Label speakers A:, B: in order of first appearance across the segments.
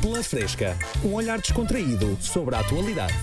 A: Pela Fresca, um olhar descontraído sobre a atualidade.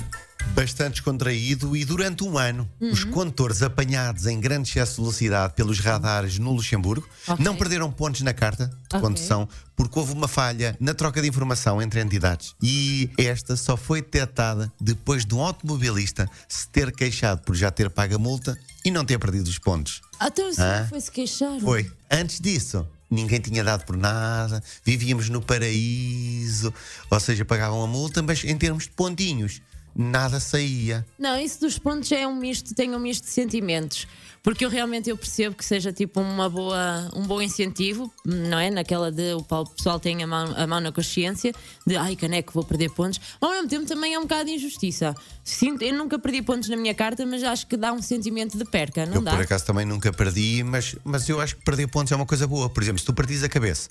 B: Bastante descontraído e durante um ano,
C: Uhum.
B: os condutores apanhados em grande excesso de velocidade pelos radares no Luxemburgo
C: Ok.
B: não perderam pontos na carta de
C: Ok.
B: condução porque houve uma falha na troca de informação entre entidades. E esta só foi detectada depois de um automobilista se ter queixado por já ter pago a multa e não ter perdido os pontos.
C: Então isso
B: Ah.
C: não foi se queixar.
B: Foi. Antes disso, ninguém tinha dado por nada, vivíamos no paraíso, ou seja, pagavam a multa, mas em termos de pontinhos, nada saía.
C: Não, isso dos pontos é um misto, tem um misto de sentimentos. Porque eu realmente eu percebo que seja tipo uma boa, um bom incentivo, não é? Naquela de o pa- o pessoal tem a mão, a mão na consciência de ai caneco, vou perder pontos. Ao mesmo tempo também é um bocado de injustiça. Sinto, eu nunca perdi pontos na minha carta, mas acho que dá um sentimento de perca, não
B: eu
C: dá?
B: por acaso também nunca perdi, mas, mas eu acho que perder pontos é uma coisa boa. Por exemplo, se tu partires a cabeça,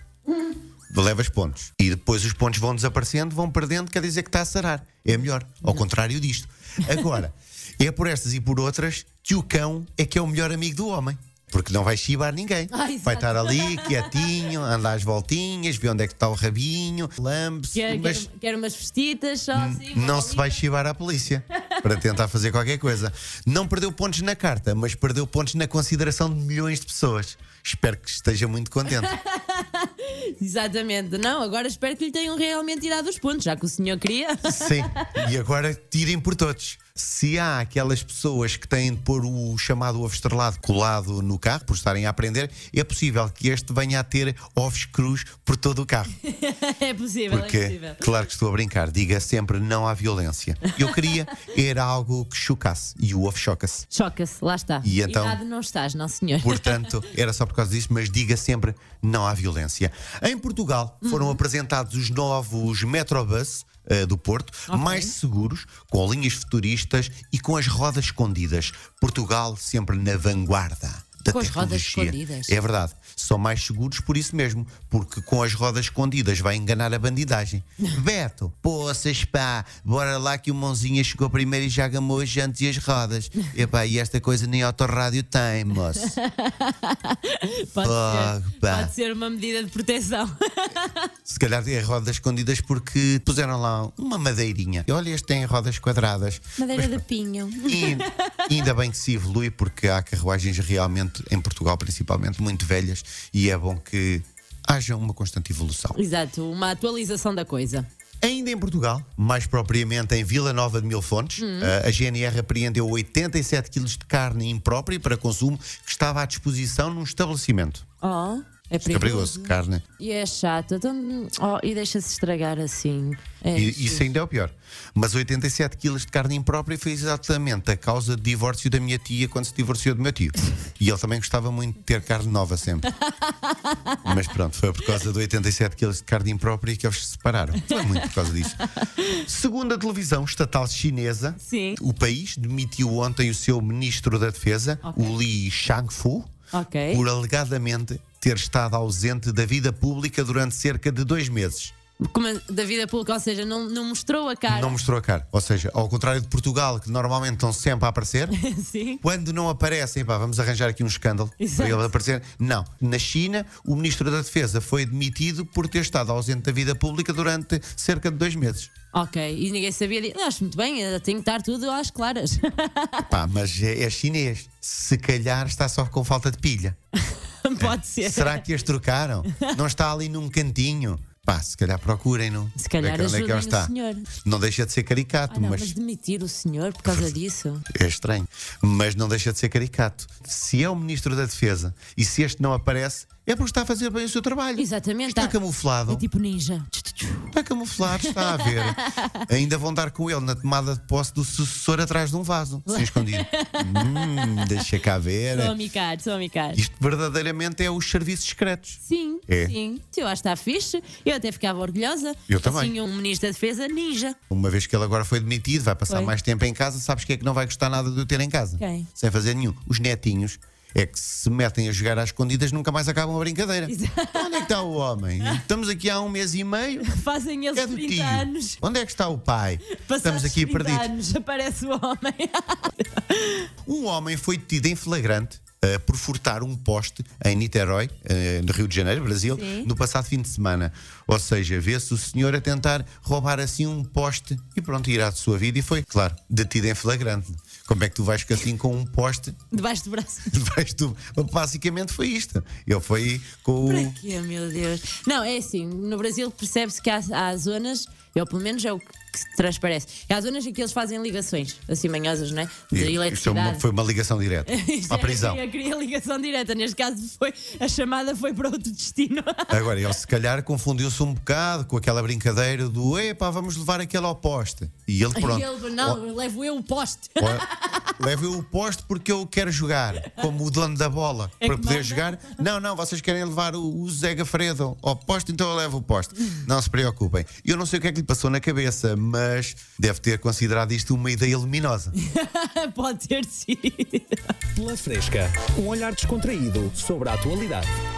B: levas pontos e depois os pontos vão desaparecendo, vão perdendo, quer dizer que está a sarar. É melhor, ao contrário disto. Agora, é por estas e por outras que o cão é que é o melhor amigo do homem. Porque não vai chibar ninguém.
C: Ah, exato.
B: vai estar ali, quietinho, andar às voltinhas, ver onde é que está o rabinho, lambe-se,
C: é, Quero,
B: mas
C: quero, quero umas festitas só assim.
B: não
C: vou
B: se
C: ali.
B: vai chivar à polícia para tentar fazer qualquer coisa. Não perdeu pontos na carta, mas perdeu pontos na consideração de milhões de pessoas. Espero que esteja muito contente.
C: Exatamente, não. Agora espero que lhe tenham realmente tirado os pontos, já que o senhor queria.
B: Sim. E agora tirem por todos. Se há aquelas pessoas que têm de pôr o chamado ovo estrelado colado no carro por estarem a aprender, é possível que este venha a ter ovos cruz por todo o carro.
C: é possível, é
B: Porque,
C: possível.
B: claro que estou a brincar, diga sempre não à violência. Eu queria era algo que chocasse e o ovo choca-se.
C: Choca-se, lá está.
B: E então-
C: Idade não estás, não senhor.
B: Portanto, era só por causa disso, mas diga sempre não à violência. Em Portugal
C: Uhum.
B: foram apresentados os novos Metrobus eh, do Porto, mais seguros, com linhas futuristas e com as rodas escondidas. Portugal sempre na vanguarda. Da
C: Com as rodas
B: tecnologia.
C: escondidas.
B: É verdade. São mais seguros por isso mesmo, porque com as rodas escondidas vai enganar a bandidagem. Beto, poças pá, bora lá que o Mãozinha chegou primeiro e já gamou as jantes e as rodas. Epá, e esta coisa nem autorrádio tem, moço. Fogo,
C: Pode, ser,
B: pá.
C: pode ser uma medida de proteção.
B: Se calhar é rodas escondidas porque puseram lá uma madeirinha. E olha, este tem rodas quadradas.
C: Madeira de pinho.
B: E ainda bem que se evolui porque há carruagens realmente, em Portugal principalmente, muito velhas e é bom que haja uma constante evolução.
C: Exato, uma atualização da coisa.
B: Ainda em Portugal, mais propriamente em Vila Nova de Mil Fontes,
C: Hum.
B: eh, a- a GNR apreendeu 87 quilos de carne imprópria para consumo que estava à disposição num estabelecimento.
C: Oh, é
B: É
C: perigoso.
B: perigoso, carne.
C: E é chato. Então, oh, e deixa-se estragar assim. É,
B: E, isso ainda é o pior. Mas 87 quilos de carne imprópria foi exatamente a causa de divórcio da minha tia quando se divorciou do meu tio. E ele também gostava muito de ter carne nova sempre. Mas pronto, foi por causa de 87 quilos de carne imprópria que eles se separaram. Foi muito por causa disso. Segundo a televisão estatal chinesa,
C: Sim.
B: o país demitiu ontem o seu ministro da Defesa,
C: Ok.
B: o Li Shangfu,
C: Ok.
B: por alegadamente ter estado ausente da vida pública durante cerca de dois meses.
C: Como a- da vida pública, ou seja, não, não mostrou a cara.
B: Não mostrou a cara. Ou seja, ao contrário de Portugal, que normalmente estão sempre a aparecer,
C: Sim.
B: quando não aparecem, pá, vamos arranjar aqui um escândalo
C: Exato.
B: para ele aparecer. Não. Na China, o ministro da Defesa foi demitido por ter estado ausente da vida pública durante cerca de dois meses.
C: Ok, e ninguém sabia. de- Acho muito bem, eu tenho que estar tudo às claras. Ah,
B: Pá, mas é, é chinês. Se calhar está só com falta de pilha.
C: Pode ser.
B: É. Será que as trocaram? Não está ali num cantinho? Pá, se calhar procurem-no.
C: Se calhar
B: Onde é que- onde é que ele
C: ajudem o
B: está?
C: senhor.
B: Não deixa de ser caricato,
C: Ah, não, mas...
B: mas
C: demitir o senhor por causa disso?
B: É estranho, mas não deixa de ser caricato. Se é o Ministro da Defesa e se este não aparece, é porque está a fazer bem o seu trabalho.
C: Exatamente,
B: Está
C: tá-
B: camuflado.
C: É tipo ninja.
B: Está camuflado, está a ver. Ainda vão dar com ele na tomada de posse do sucessor atrás de um vaso, sem escondido. hum, deixa cá ver.
C: Sou a micar, sou a micar.
B: Isto verdadeiramente é os serviços secretos.
C: Sim,
B: É.
C: sim. Eu acho que está fixe. Eu até ficava orgulhosa.
B: Eu também.
C: Assim, um ministro da defesa ninja.
B: Uma vez que ele agora foi demitido, vai passar
C: Foi.
B: mais tempo em casa, sabes que é que não vai gostar nada de o ter em casa?
C: Quem?
B: Sem fazer nenhum. Os netinhos é que se metem a jogar às escondidas nunca mais acabam a brincadeira. Onde é que está o homem? Estamos aqui há um mês e meio.
C: Fazem eles
B: É do
C: 30
B: tio.
C: anos.
B: Onde é que está o pai?
C: Passados
B: Estamos aqui
C: 30
B: perdidos.
C: anos, aparece o homem.
B: Um homem foi detido em flagrante eh, por furtar um poste em Niterói, eh, no Rio de Janeiro, Brasil,
D: Sim.
B: no passado fim de semana. Ou seja, vê-se o senhor a tentar roubar assim um poste e pronto, irá de sua vida e foi, claro, detido em flagrante. Como é que tu vais assim com um poste?
C: Debaixo do braço.
B: Vais tu... Basicamente foi isto. Ele foi com
C: Para
B: o.
C: quê, meu Deus? Não, é assim, no Brasil percebe-se que há, há zonas, eu pelo menos é o que se transparece, há zonas em que eles fazem ligações, assim manhosas, não é? De
B: Isto é uma-
C: eletricidade.
B: foi uma ligação direta
C: Isto
B: à
C: era-
B: prisão.
C: Eu queria ligação direta, neste caso foi, a chamada foi para outro destino.
B: Agora, ele se calhar confundiu-se um bocado com aquela brincadeira do epá, vamos levar aquele ao poste. E ele, pronto.
C: E ele, não, levo eu o poste.
B: Leve o poste porque eu quero jogar, como o dono da bola,
C: É
B: para
C: que
B: poder
C: manda.
B: jogar. Não, não, vocês querem levar o, o Zé Gafredo ao poste, então eu levo o poste. Não se preocupem. Eu não sei o que é que lhe passou na cabeça, mas deve ter considerado isto uma ideia luminosa.
C: Pode ter sido.
A: Pela Fresca, um olhar descontraído sobre a atualidade.